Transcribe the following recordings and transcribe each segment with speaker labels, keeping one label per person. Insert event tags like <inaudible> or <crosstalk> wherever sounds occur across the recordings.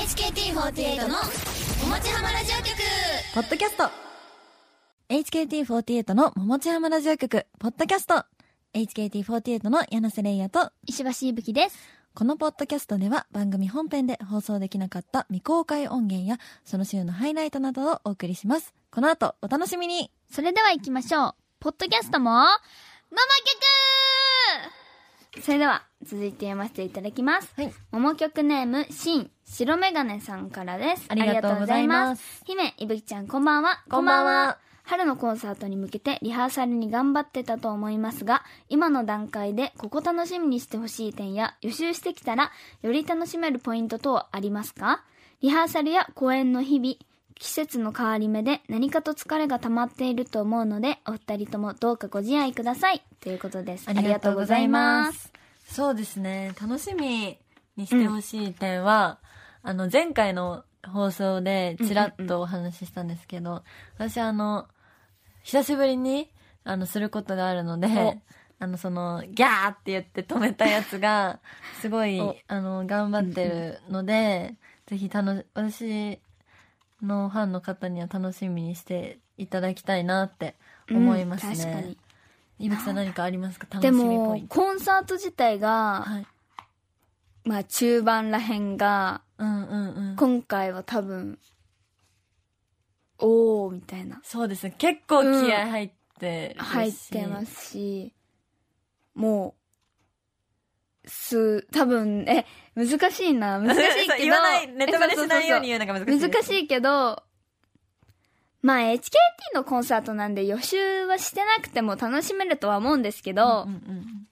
Speaker 1: HKT48 のおもちはまラジオ局
Speaker 2: ポッドキャスト HKT48 のももちはまラジオ局、ポッドキャスト HKT48 の柳瀬玲也と、
Speaker 1: 石橋いぶきです
Speaker 2: このポッドキャストでは番組本編で放送できなかった未公開音源や、その週のハイライトなどをお送りします。この後、お楽しみに
Speaker 1: それでは行きましょうポッドキャストもママ曲それでは続いて読ませていただきます
Speaker 2: はい。
Speaker 1: 桃曲ネームしん白メガネさんからです
Speaker 2: ありがとうございます
Speaker 1: ありがとうございます姫いぶきちゃんこんばんは
Speaker 2: こんばんは
Speaker 1: 春のコンサートに向けてリハーサルに頑張ってたと思いますが今の段階でここ楽しみにしてほしい点や予習してきたらより楽しめるポイント等ありますかリハーサルや公演の日々季節の変わり目で何かと疲れが溜まっていると思うのでお二人ともどうかご自愛くださいということです
Speaker 2: ありがとうございま
Speaker 1: ありがとうございます
Speaker 2: す。そうですね。楽しみにしてほしい点は、あの、前回の放送でちらっとお話ししたんですけど、私あの、久しぶりに、あの、することがあるの
Speaker 1: お
Speaker 2: で、あの、その、ギャーって言って止めたやつが、すごい
Speaker 1: お、
Speaker 2: あの、頑張ってるので、ぜひ楽し、私のファンの方には楽しみにしていただきたいなって思いますね。
Speaker 1: うん確かに
Speaker 2: いぶきさん何かありますか楽
Speaker 1: で
Speaker 2: しみポ
Speaker 1: も
Speaker 2: イント。
Speaker 1: コンサート自体が、
Speaker 2: はい。
Speaker 1: まあ中盤らへんが
Speaker 2: うんうんうん。
Speaker 1: 今回は多分おーみたいな
Speaker 2: そうですね。結構気合入ってるし。
Speaker 1: 入ってま。すしもうす多分え難しい
Speaker 2: <laughs>
Speaker 1: な難しいけど
Speaker 2: 言わない、ネタバレしないように
Speaker 1: え
Speaker 2: 言うのが難し
Speaker 1: そう
Speaker 2: い。
Speaker 1: そうそう難しいけどまあ HKT のコンサートなんで予習はしてなくても楽しめるとは思うんですけど、
Speaker 2: うんうんうん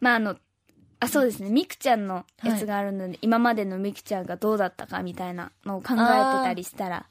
Speaker 1: まああのあそうですねみくちゃんのやつがあるので、今までのみくちゃんがどうだったかみたいなのを考えてたりしたら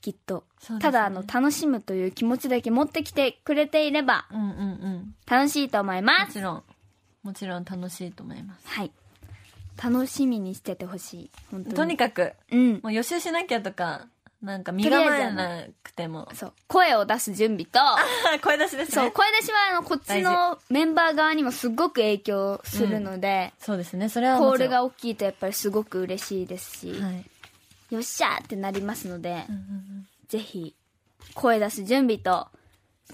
Speaker 1: きっと、
Speaker 2: そうですね
Speaker 1: ただあの楽しむという気持ちだけ持ってきてくれていれば
Speaker 2: うんうんうん。
Speaker 1: 楽しいと思いま
Speaker 2: も
Speaker 1: す
Speaker 2: ちろん、もちろん楽しいと思います。
Speaker 1: はい楽しみにしててほしい本当に
Speaker 2: とにかく、
Speaker 1: うん
Speaker 2: もう予習しなきゃとか、なんか身
Speaker 1: とりあ
Speaker 2: 構
Speaker 1: えず
Speaker 2: えなくても。
Speaker 1: そう声を出す準備と
Speaker 2: <laughs> 声出しですね。
Speaker 1: そう声出しはあのこっちのメンバー側にもすごく影響するので、
Speaker 2: そうですね。それは
Speaker 1: コ
Speaker 2: も
Speaker 1: ー
Speaker 2: ちろ
Speaker 1: ル
Speaker 2: ん。
Speaker 1: が大きいとやっぱりすごく嬉しいですし、
Speaker 2: はい。
Speaker 1: よっしゃーってなりますので、
Speaker 2: うんうん
Speaker 1: ぜひ声出す準備と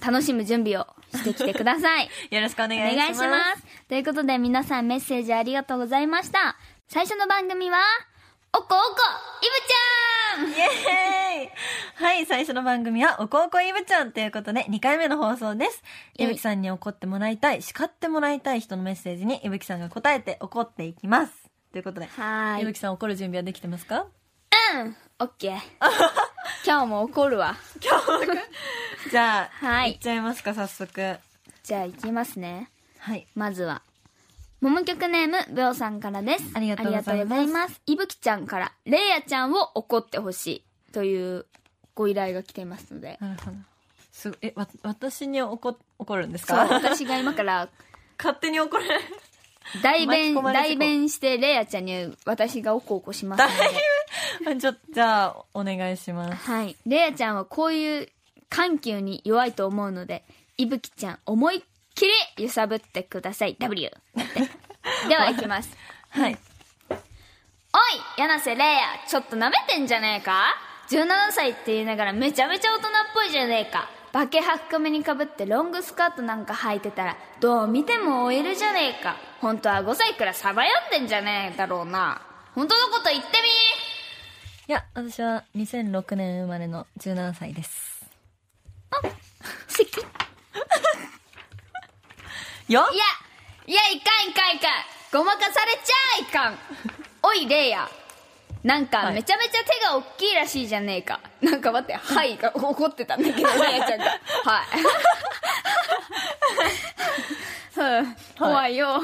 Speaker 1: 楽しむ準備をしてきてください
Speaker 2: うんよろしく <laughs> お願
Speaker 1: お
Speaker 2: いし
Speaker 1: 願い
Speaker 2: ます。
Speaker 1: しますということで皆さんメッセージありがとうございました最初の番組はおこおこいぶちゃん
Speaker 2: イエーイはい、最初の番組は、おこおこいぶちゃんということで、2回目の放送です。
Speaker 1: イエ
Speaker 2: い
Speaker 1: イ
Speaker 2: ぶきさんに怒ってもらいたい、叱ってもらいたい人のメッセージに、いぶきさんが答えて怒っていきます。ということで、
Speaker 1: はい
Speaker 2: ぶきさん怒る準備はできてますか
Speaker 1: オッケ
Speaker 2: <laughs>
Speaker 1: ー今日も怒るわ
Speaker 2: じゃあ、
Speaker 1: はい
Speaker 2: っちゃいますか、早速。
Speaker 1: じゃあ行きますね
Speaker 2: はい。
Speaker 1: まずは桃曲ネームベオさんからです
Speaker 2: ありがとうございます
Speaker 1: ありがとうございますいぶきちゃんからレイヤちゃんを怒ってほしいというご依頼が来ていますので
Speaker 2: なるほど。すごえ、わ、私に怒、怒るんです
Speaker 1: そう
Speaker 2: か
Speaker 1: 私が今から
Speaker 2: 勝手に <laughs> 怒る。
Speaker 1: 代
Speaker 2: 巻
Speaker 1: 弁
Speaker 2: き込まれてこう
Speaker 1: 代弁してレイヤちゃんに私がおこおこしますので
Speaker 2: ちょっと、じゃあ、お願いします。
Speaker 1: はいレイヤちゃんはこういう緩急に弱いと思うのでいぶきちゃん思いっきり揺さぶってください W ではいきます
Speaker 2: はい。
Speaker 1: おい柳瀬レイヤちょっと舐めてんじゃねえか17歳って言いながらめちゃめちゃ大人っぽいじゃねえかバケハッカめにかぶってロングスカートなんか履いてたらどう見ても OL じゃねえか本当は5歳からサバ読んでんじゃねえだろうな本当のこと言ってみ
Speaker 2: いや、私は2006年生まれの17歳です。
Speaker 1: 好きいや
Speaker 2: よっ
Speaker 1: いやいかんいかんいかんごまかされちゃいかんおいレイヤなんか
Speaker 2: はい
Speaker 1: めちゃめちゃ手が大きいらしいじゃねえか、なんか待って「はい」が怒ってたんだけどレイヤちゃんが「はい」うん怖いよ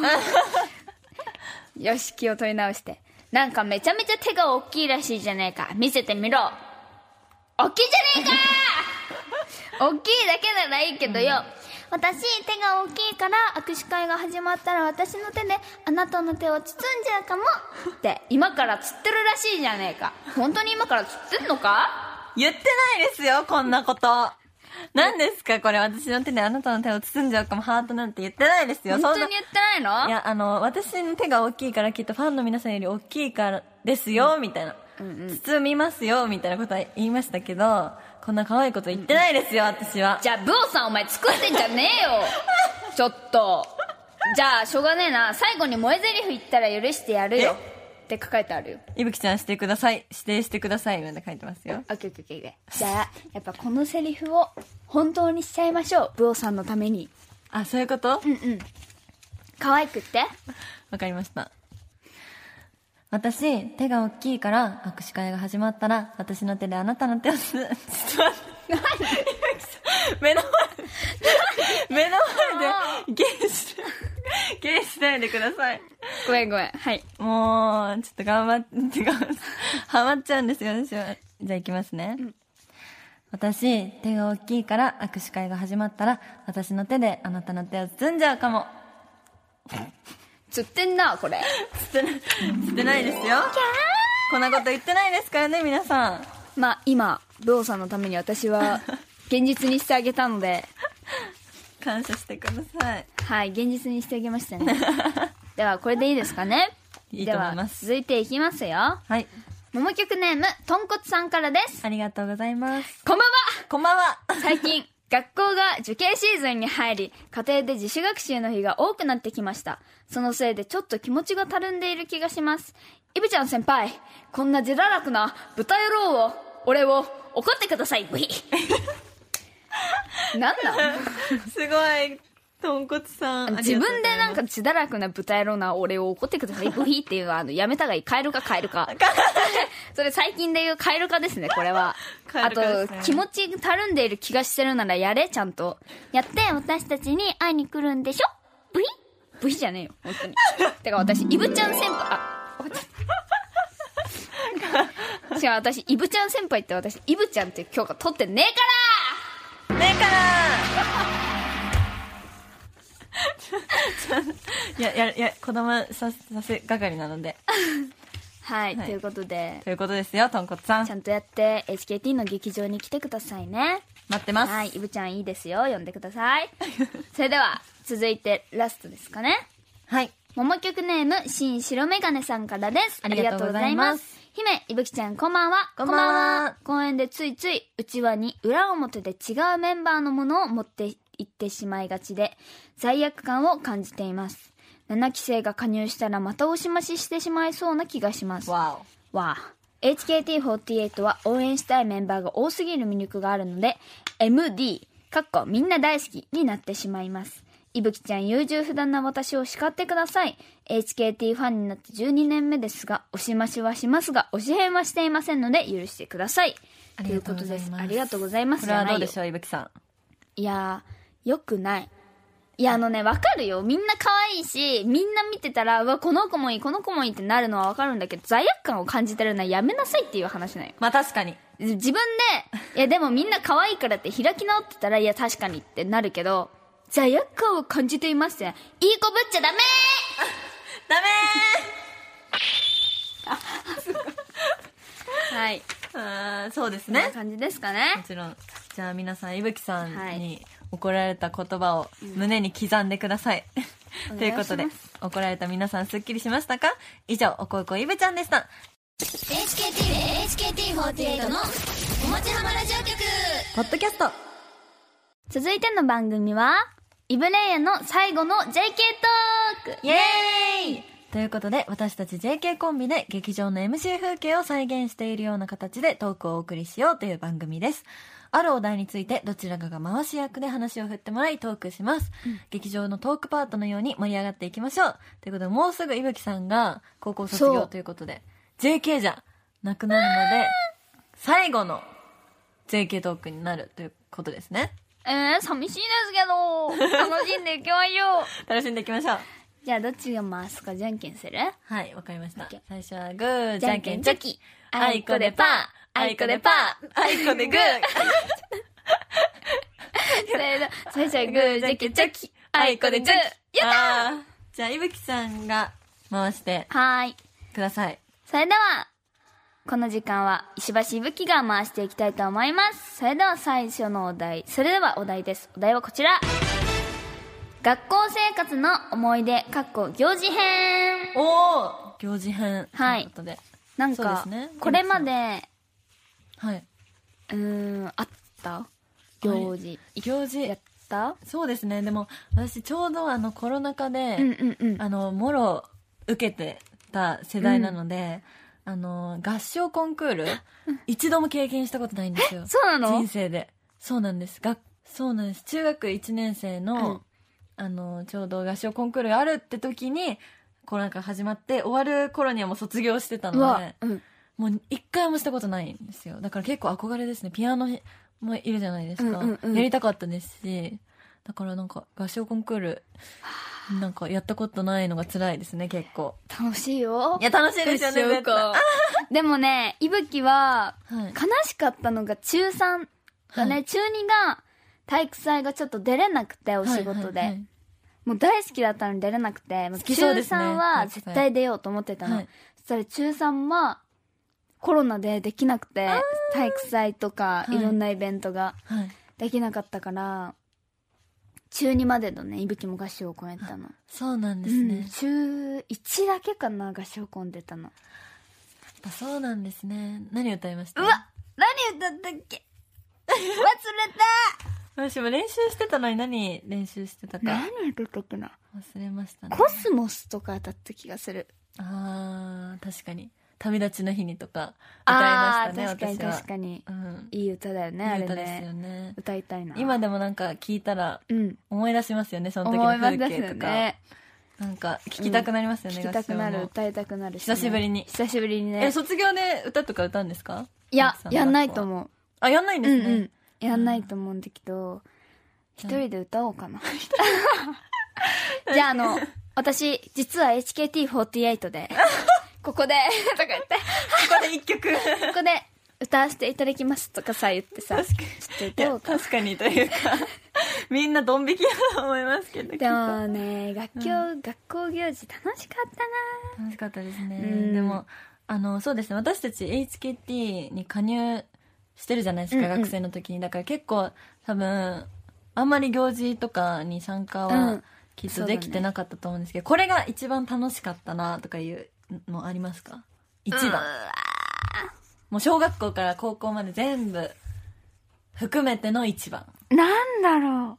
Speaker 1: よし気を取り直してなんかめちゃめちゃ手が大きいらしいじゃねえか見せてみろ大きいじゃねえか大きいだけならいいけどよ、私手が大きいから握手会が始まったら私の手であなたの手を包んじゃうかもって今から釣ってるらしいじゃねえか本当に今から釣ってんのか
Speaker 2: 言ってないですよ、こんなこと。何ですか、これ。私の手であなたの手を包んじゃうかも、ハートなんて言ってないですよ。
Speaker 1: 本当
Speaker 2: そん
Speaker 1: に
Speaker 2: な
Speaker 1: 言ってない
Speaker 2: い
Speaker 1: の
Speaker 2: や、あの、私の手が大きいからきっとファンの皆さんより大きいからですよ、みたいな。
Speaker 1: うんうん
Speaker 2: 包みますよみたいなことは言いましたけどこんな可愛いこと言ってないですよ私は
Speaker 1: じゃあブオさんお前作ってんじゃねえよ <laughs> ちょっとじゃあしょうがねえな最後に萌え台詞言ったら許してやるよって書かれてあるよ
Speaker 2: いぶきちゃんしてください指定してくださいなんて書いてます
Speaker 1: オ
Speaker 2: よ
Speaker 1: ッケーオッケーオッケーオッケーじゃあやっぱこのセリフを本当にしちゃいましょうブオさんのために
Speaker 2: あそういうこと
Speaker 1: うんうん可愛くって
Speaker 2: わかりました。私、手が大きいから、握手会が始まったら、私の手であなたの手をす、ちょっと待って、 <laughs> 目の前、目の前で、ゲイして、 <laughs> ゲイしないでください。
Speaker 1: ごめんごめんはい
Speaker 2: もう、ちょっと頑張って、頑張ってハマっちゃうんですよ、私は。じゃあ行きますね。私、手が大きいから、握手会が始まったら、私の手であなたの手を包んじゃうかも。
Speaker 1: 釣ってんなこれ
Speaker 2: してない、してないですよ。こんなこと言ってないですからね、皆さん。
Speaker 1: まあ今ブオさんのために私 <laughs> は現実にしてあげたので
Speaker 2: 感謝してください。
Speaker 1: はい現実にしてあげました <laughs> ねではこれでいいですかね
Speaker 2: いいと思います
Speaker 1: では続いていきますよ
Speaker 2: はい。
Speaker 1: もも曲ネームとんこつさんからです
Speaker 2: ありがとうございます。
Speaker 1: こんばんは
Speaker 2: こんばんは。
Speaker 1: 最近学校が受験シーズンに入り家庭で自主学習の日が多くなってきましたそのせいでちょっと気持ちがたるんでいる気がしますイブちゃん先輩こんな自堕落な豚野郎を俺を怒ってくださいブヒなんなん
Speaker 2: すごい。とんこつさん。
Speaker 1: 自分でなん
Speaker 2: か。
Speaker 1: か自堕落な豚野郎な俺を怒ってくださいブヒっていうのはあのやめたがいいカエルかカエルか <laughs> それ最近で言うカエル化ですねこれは、
Speaker 2: <laughs> カエ
Speaker 1: あ
Speaker 2: ル化ですね
Speaker 1: と気持ちたるんでいる気がしてるならやれちゃんとやって私たちに会いに来るんでしょブヒブヒじゃねえよ本当
Speaker 2: <laughs>
Speaker 1: にてか私イブちゃん先輩あ終わっち
Speaker 2: <laughs>
Speaker 1: ゃったしかも私イブちゃん先輩って私イブちゃんっていう許可取ってねえから
Speaker 2: ねえから <laughs> いや、や、や、子供ささせ係なので。
Speaker 1: はい、
Speaker 2: はい
Speaker 1: ということで
Speaker 2: ということですよ、とんこつさん
Speaker 1: ち。ゃんとやって HKT の劇場に来てくださいね
Speaker 2: 待ってます。
Speaker 1: はい、イブちゃんいいですよ。呼んでください。
Speaker 2: <laughs>
Speaker 1: それでは、続いてラストですかね。
Speaker 2: はい。
Speaker 1: 桃曲ネーム、新白メガネさんからです。
Speaker 2: ありがとうございます
Speaker 1: ありがとうございます。姫、いぶきちゃん、こんばんは。
Speaker 2: こんばんは
Speaker 1: 公園でついついうちわに裏表で違うメンバーのものを持っていってしまいがちで、罪悪感を感じています。7期生が加入したらまたおしまししてしまいそうな気がします。
Speaker 2: わ
Speaker 1: わあ HKT48 は応援したいメンバーが多すぎる魅力があるので MD かっこみんな大好きになってしまいますいぶきちゃん優柔不断な私を叱ってください HKT ファンになって12年目ですがおしましはしますがおし変はしていませんので許してください
Speaker 2: ありがとうございます
Speaker 1: ということですありがとうございま
Speaker 2: お。
Speaker 1: す
Speaker 2: これはどうで
Speaker 1: じ
Speaker 2: しょう、いぶきさん。
Speaker 1: ゃないよいやーよくないいやあのねわかるよみんな可愛いしみんな見てたらうわこの子もいいこの子もいいってなるのはわかるんだけど罪悪感を感じてるのはやめなさいっていう話なんよ
Speaker 2: まあ確かに。
Speaker 1: 自分で、いやでもみんな可愛いからって開き直ってたら、いや確かにってなるけど、罪悪感を感じていますって、いい子ぶっちゃダメ
Speaker 2: ダメ
Speaker 1: はい。
Speaker 2: ーあーそうです
Speaker 1: こんな
Speaker 2: ね。
Speaker 1: 感じですか
Speaker 2: も
Speaker 1: ね。
Speaker 2: ちろん。じゃあ皆さん、いぶきさ
Speaker 1: は
Speaker 2: ん
Speaker 1: い
Speaker 2: に怒られた言葉を胸に刻んでください。
Speaker 1: お願いします
Speaker 2: <laughs> ということで、怒られた皆さんすっきりしましたか以上、おこいこいぶちゃんでした。
Speaker 3: HKT HKT48 のおもちはまラジオ局
Speaker 2: ポッドキャスト
Speaker 1: 続いての番組は、イブレイヤの最後の JK トーク
Speaker 2: イエーイということで、私たち JK コンビで劇場の MC 風景を再現しているような形でトークをお送りしようという番組です。あるお題についてどちらかが回し役で話を振ってもらいトークします。劇場のトークパートのように盛り上がっていきましょう。ということで、もうすぐいぶきさんが高校卒
Speaker 1: そ
Speaker 2: 業
Speaker 1: う
Speaker 2: ということで、JK じゃなくなるので、最後の JK トークになるということです <laughs> ね。
Speaker 1: えー、寂しいですけど、楽しんでいきましょう。
Speaker 2: 楽しんでいきましょう。
Speaker 1: <laughs> じゃあどっちが回すかじゃんけんする
Speaker 2: はい、わかりました
Speaker 1: オッケー。
Speaker 2: 最初はグー、じゃんけんチョキ。
Speaker 1: あいこでパー、あいこでパー。
Speaker 2: ー、あいこ
Speaker 1: <laughs>
Speaker 2: でグー。
Speaker 1: せーの、最初は <laughs> グー、じゃんけんチョキ、あいこでグー。やった
Speaker 2: たじゃあ、いぶきさんが回して
Speaker 1: はーい。
Speaker 2: ください。
Speaker 1: それでは、この時間は石橋いぶきが回していきたいと思います。それでは最初のお題。それではお題です。お題はこちら。学校生活の思い出、かっこ行事編。
Speaker 2: おー行事編。
Speaker 1: はい
Speaker 2: ということで。
Speaker 1: なん
Speaker 2: そうで
Speaker 1: か、
Speaker 2: すね
Speaker 1: これまで
Speaker 2: はい。
Speaker 1: うーんあった行事
Speaker 2: 行
Speaker 1: や
Speaker 2: 事
Speaker 1: っ、た
Speaker 2: そうですね。でも、私ちょうどあのコロナ禍で、
Speaker 1: うんうんうん
Speaker 2: あの、もろ受けてた世代なので、あの、合唱コンクール、一度も経験したことないんですよ。
Speaker 1: そうなの
Speaker 2: 人生で。そうなんです。が、そうなんです。中学1年生の、
Speaker 1: うん
Speaker 2: あの、ちょうど合唱コンクールがあるって時に、コロナ禍始まって、終わる頃にはもう卒業してた
Speaker 1: う
Speaker 2: の
Speaker 1: わ
Speaker 2: で、
Speaker 1: うん
Speaker 2: もう一回もしたことないんですよ。だから結構憧れですね。ピアノもいるじゃないですか。
Speaker 1: うんうんうん
Speaker 2: やりたかったですし、だからなんか合唱コンクール、なんかやったことないのが辛いですね、結構。
Speaker 1: 楽しいよ
Speaker 2: いや、楽しいですよ
Speaker 1: 合唱
Speaker 2: ね、絶対
Speaker 1: 校でもねいぶきは
Speaker 2: は
Speaker 1: 悲
Speaker 2: い。
Speaker 1: しかったのが中3だね、
Speaker 2: は
Speaker 1: 中2が体育祭がちょっと出れなくてお仕事で、
Speaker 2: はいはいはい
Speaker 1: もう大好きだったのに出れなくて、もう
Speaker 2: き
Speaker 1: 中
Speaker 2: そうですね
Speaker 1: 3は絶対出ようと思ってたの、
Speaker 2: はい
Speaker 1: そしたら中3はコロナでできなくて体育祭とか
Speaker 2: はい
Speaker 1: いろんなイベントが
Speaker 2: はい。
Speaker 1: できなかったから、中2までのねいぶきも合唱コンやったの、
Speaker 2: そうなん
Speaker 1: う
Speaker 2: ですね。
Speaker 1: ん、中1だけかな合唱コン出たの
Speaker 2: やっぱそうなんですね。何歌いました
Speaker 1: うわ何歌ったっけ忘れた
Speaker 2: 私も練習してたのに何練習してたか
Speaker 1: 何歌ったっけな
Speaker 2: 忘れましたね。
Speaker 1: コスモスとか当たった気がする
Speaker 2: あー、確かに。旅立ちの日にとか歌いましたね、
Speaker 1: あー確かに
Speaker 2: 私は。
Speaker 1: 確かに
Speaker 2: うん。
Speaker 1: いい歌だよねあ
Speaker 2: いい
Speaker 1: れ
Speaker 2: 歌ですよ
Speaker 1: ね
Speaker 2: ね。
Speaker 1: 歌いたいな
Speaker 2: 今でもなんか聞いたら
Speaker 1: うん
Speaker 2: 思い出しますよね、その時の
Speaker 1: 思いま
Speaker 2: 風
Speaker 1: す
Speaker 2: 景
Speaker 1: よ
Speaker 2: とか。
Speaker 1: ね
Speaker 2: なんか聞きたくなりますよね、
Speaker 1: 聴きたくなる歌いたくなるね
Speaker 2: 久しぶりに
Speaker 1: 久しぶりに
Speaker 2: 合唱もえ、
Speaker 1: ね
Speaker 2: 卒業で歌とか歌うんですか
Speaker 1: いや
Speaker 2: 奥さの学校
Speaker 1: やんないと思
Speaker 2: あ、やんないん
Speaker 1: う
Speaker 2: で
Speaker 1: う
Speaker 2: す
Speaker 1: ん
Speaker 2: ね。
Speaker 1: うんやんないと思うんだけど一人で歌おうかな <laughs> じゃああの私実は HKT48 でここでとか言って
Speaker 2: ここで一曲。
Speaker 1: ここで歌わせていただきますとかさ言ってさちょ
Speaker 2: 確
Speaker 1: っ
Speaker 2: かに
Speaker 1: と
Speaker 2: い
Speaker 1: 歌おうかな
Speaker 2: や確かにという <laughs> かみんなドン引きだと思いますけど
Speaker 1: でもね学校、学校行事楽しかったな
Speaker 2: 楽しかったですね、
Speaker 1: うん
Speaker 2: でもあのそうですね私たち HKT に加入してるじゃないです
Speaker 1: う
Speaker 2: か、
Speaker 1: んうん
Speaker 2: 学生の時にだから結構多分あんまり行事とかに参加
Speaker 1: う
Speaker 2: は
Speaker 1: ん
Speaker 2: きっ
Speaker 1: そう
Speaker 2: と
Speaker 1: だね
Speaker 2: できてなかったと思うんですけど、これが一番楽しかったなとかいうのありますか一番、もう小学校から高校まで全部含めての一番
Speaker 1: なんだろう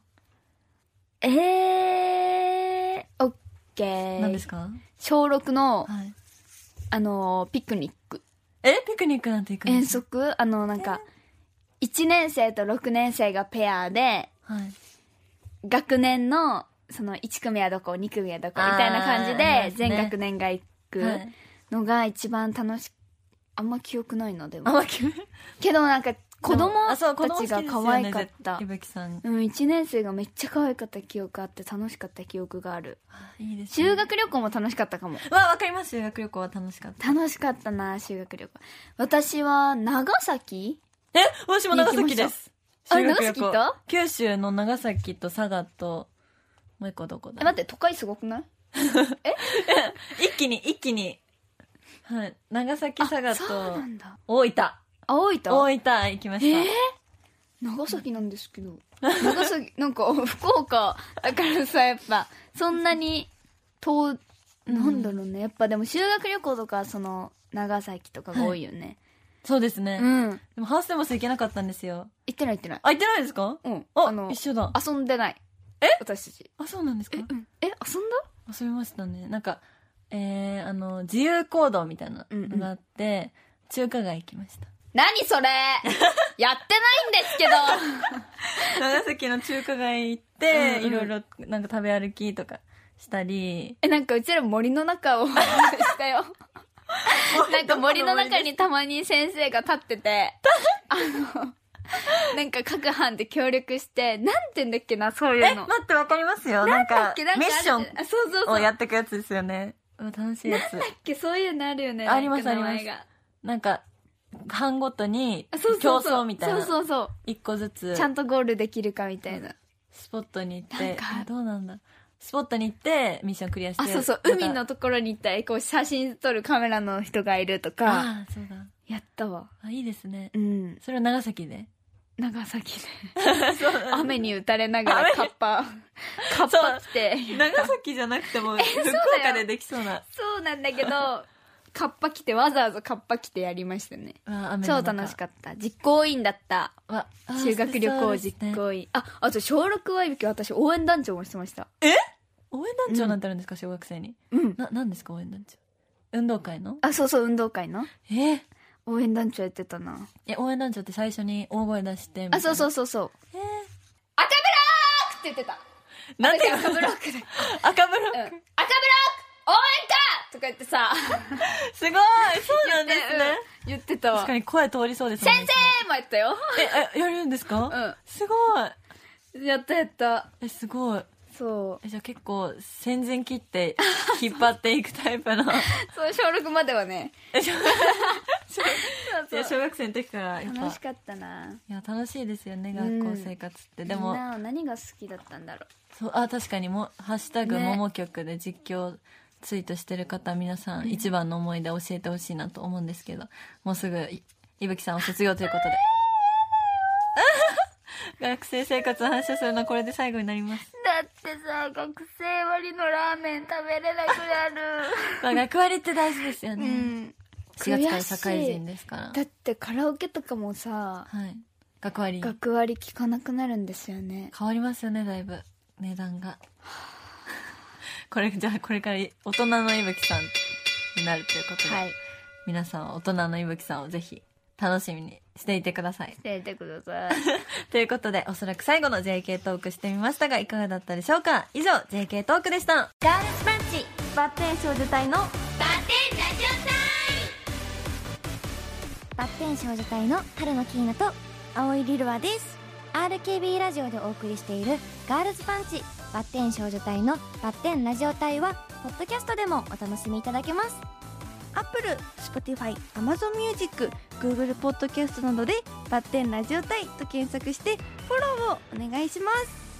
Speaker 1: えー、オッケー
Speaker 2: 何ですか、
Speaker 1: 小6の、
Speaker 2: はい、
Speaker 1: あのーピクニック
Speaker 2: えピクニックなんて行くん
Speaker 1: 遠
Speaker 2: ですか
Speaker 1: 足あのなんか、1年生と6年生がペアで
Speaker 2: はい
Speaker 1: 学年のその1組はどこ2組はどこみたいな感じ
Speaker 2: あーあり
Speaker 1: で
Speaker 2: ますね
Speaker 1: 全学年が行く
Speaker 2: はい
Speaker 1: のが一番楽しくあんま記憶ないので
Speaker 2: あ
Speaker 1: も
Speaker 2: まあ急に
Speaker 1: けどなんか <laughs> 子供
Speaker 2: あそう子
Speaker 1: た
Speaker 2: 供好
Speaker 1: ち
Speaker 2: きですよ
Speaker 1: が可愛
Speaker 2: ね
Speaker 1: かった、
Speaker 2: 絶対いぶきさん
Speaker 1: うん、1年生がめっちゃ可愛かった記憶あって楽しかった記憶がある
Speaker 2: あいいですね
Speaker 1: 修学旅行も楽しかったかも
Speaker 2: わわかります修学旅行は楽しかった
Speaker 1: 楽しかったな修学旅行私は長崎
Speaker 2: え私も長崎です
Speaker 1: あれ
Speaker 2: 修学旅行
Speaker 1: 長崎行った
Speaker 2: 九州の長崎と佐賀ともう一個どこ
Speaker 1: え
Speaker 2: だ
Speaker 1: 待って都会すごくない
Speaker 2: 一気に一気にはい長崎
Speaker 1: あ
Speaker 2: 佐賀
Speaker 1: そう
Speaker 2: と
Speaker 1: なんだ
Speaker 2: 大分
Speaker 1: あ大分
Speaker 2: 大分行きました、
Speaker 1: え長崎なんです <laughs> けど長崎なんか福岡だからさやっぱそんなに遠なんだろうねやっぱでも修学旅行とかその長崎とかが多いよね、
Speaker 2: そうですね、
Speaker 1: うん行
Speaker 2: でもハウステンボス行けなかったんですよ
Speaker 1: ってない行ってない
Speaker 2: あ行ってないですか
Speaker 1: うん
Speaker 2: あ
Speaker 1: あの
Speaker 2: 一緒だ
Speaker 1: 遊んでない
Speaker 2: え
Speaker 1: 私たち
Speaker 2: あそうなんですか
Speaker 1: うんえ遊んだ
Speaker 2: 遊びましたねなんかえー、あの自由行動みたいなのがあって、中華街行きました
Speaker 1: 何 <laughs> それや <laughs> ってないんです
Speaker 2: <laughs> 長崎の中華街行って、
Speaker 1: うんうん
Speaker 2: いろいろなんか食べ歩きとかしたり
Speaker 1: けどえなんかうちら森の中を <laughs> したよ <laughs> なんか森の中にたまに先生が立って
Speaker 2: <laughs>
Speaker 1: てあのなんか各班で協力してなんて言うんだっけなそうい
Speaker 2: え
Speaker 1: うの
Speaker 2: 待ってわかりますよな
Speaker 1: だ
Speaker 2: んか
Speaker 1: っけなん
Speaker 2: ミ
Speaker 1: か
Speaker 2: ッショ
Speaker 1: あるじゃんあそうそう
Speaker 2: ン
Speaker 1: そ
Speaker 2: を
Speaker 1: う
Speaker 2: やってくやつですよねうん楽しいやつ
Speaker 1: けそういうのあるよね
Speaker 2: あります
Speaker 1: なんか名前
Speaker 2: あり
Speaker 1: が
Speaker 2: なんか班ごとに
Speaker 1: あそうそう
Speaker 2: 競
Speaker 1: そう
Speaker 2: 争みたいな
Speaker 1: そうそう
Speaker 2: 一個ず
Speaker 1: そう
Speaker 2: つ
Speaker 1: ちゃんとゴールできるかみたいな
Speaker 2: スポットに行っ
Speaker 1: なん
Speaker 2: て
Speaker 1: か
Speaker 2: あどうなんだスポットに行ってミッションクリアして
Speaker 1: あそうそう
Speaker 2: また
Speaker 1: 海のところに行ったらこう写真撮るカメラの人がいるとか
Speaker 2: ああそうだ
Speaker 1: やったわ
Speaker 2: あいいですね
Speaker 1: うん
Speaker 2: それは長崎で
Speaker 1: 長崎で
Speaker 2: <laughs> そう
Speaker 1: 雨に打たれながら
Speaker 2: 雨
Speaker 1: カッ
Speaker 2: <laughs>
Speaker 1: パカッパ来て
Speaker 2: 長崎じゃなくても福
Speaker 1: そうだよ
Speaker 2: 岡でできそうな
Speaker 1: <laughs> そうなんだけどカッパ着てわざわざカッパ着てやりましたね
Speaker 2: うわ雨の
Speaker 1: 超
Speaker 2: 中
Speaker 1: 楽しかった実行委員だった
Speaker 2: うわあー
Speaker 1: 修学旅行
Speaker 2: そう
Speaker 1: 実
Speaker 2: ですね
Speaker 1: 行委員、ああと小6はいびき私応援団長もしてました
Speaker 2: 応援団長なんてあるんですか小学生に
Speaker 1: うん
Speaker 2: な何ですか応援団長運動会の
Speaker 1: あそうそう運動会の
Speaker 2: えー
Speaker 1: 応援団長やってたな
Speaker 2: え応援団長って最初に大声出してみたい
Speaker 1: あ
Speaker 2: な
Speaker 1: そうそうそうそう
Speaker 2: え
Speaker 1: 赤ブロックって言ってた
Speaker 2: ーなんで
Speaker 1: 私赤ブロックだ
Speaker 2: 赤ブロ
Speaker 1: うん、
Speaker 2: ッ
Speaker 1: 赤ブ
Speaker 2: ク
Speaker 1: ロック応援かとか言ってさ
Speaker 2: すごいそうなんですね
Speaker 1: うん言ってたわ
Speaker 2: 確か
Speaker 1: 先
Speaker 2: に声通りそうですもんね
Speaker 1: 生もやったよ
Speaker 2: ええやるんですか
Speaker 1: うん
Speaker 2: すごい
Speaker 1: やったやった
Speaker 2: えすごい
Speaker 1: そう
Speaker 2: えじゃあ結構戦前切って引っ張っていくタイプの
Speaker 1: <laughs> そう小6まではね
Speaker 2: え
Speaker 1: <laughs>
Speaker 2: 小い
Speaker 1: そう
Speaker 2: や小学生の時からやっぱ
Speaker 1: 楽しかったない
Speaker 2: や楽しいですよね
Speaker 1: うん
Speaker 2: 学校生活ってで
Speaker 1: みん
Speaker 2: も
Speaker 1: な何が好きだったんだろ
Speaker 2: そうあ確かにも「ハッシュタグ
Speaker 1: ね
Speaker 2: もも曲」で実況ツイートしてる方、皆さん一番の思い出教えてほしいなと思うんですけどもうすぐいいぶきさんを卒業とい
Speaker 1: <laughs>
Speaker 2: うことで学生生活を反射するのはこれで最後になります
Speaker 1: <laughs> うだってさ学生割のラーメン食べれなくなる
Speaker 2: <laughs> まあ学割って大事ですよ
Speaker 1: う
Speaker 2: ね、
Speaker 1: ん
Speaker 2: 4月から社会人ですから
Speaker 1: だってカラオケとかもさ
Speaker 2: はい学割
Speaker 1: 学割聞かなくなるんですよね
Speaker 2: 変わりますよねだいぶ値段が <laughs> これじゃあこれから大人のいぶきさんになるということで、
Speaker 1: はい
Speaker 2: 皆さんは大人のいぶきさんをぜひ楽しみにしていてください <laughs>
Speaker 1: 教えてください
Speaker 2: ということでおそらく最後の JK トークしてみましたがいかがだったでしょうか以上 JK トークでした
Speaker 3: ガールズパンチ
Speaker 2: バッテン少女隊の
Speaker 3: バッテンラジオ
Speaker 4: バッテン少女隊の春野キーナと葵リルワです。RKB ラジオでお送りしているガールズパンチバッテン少女隊のバッテンラジオ隊はポッドキャストでもお楽しみいただけます。
Speaker 5: アップル、スポティファイ、アマゾンミュージック、グーグルポッドキャストなどでバッテンラジオタイと検索してフォローをお願いします。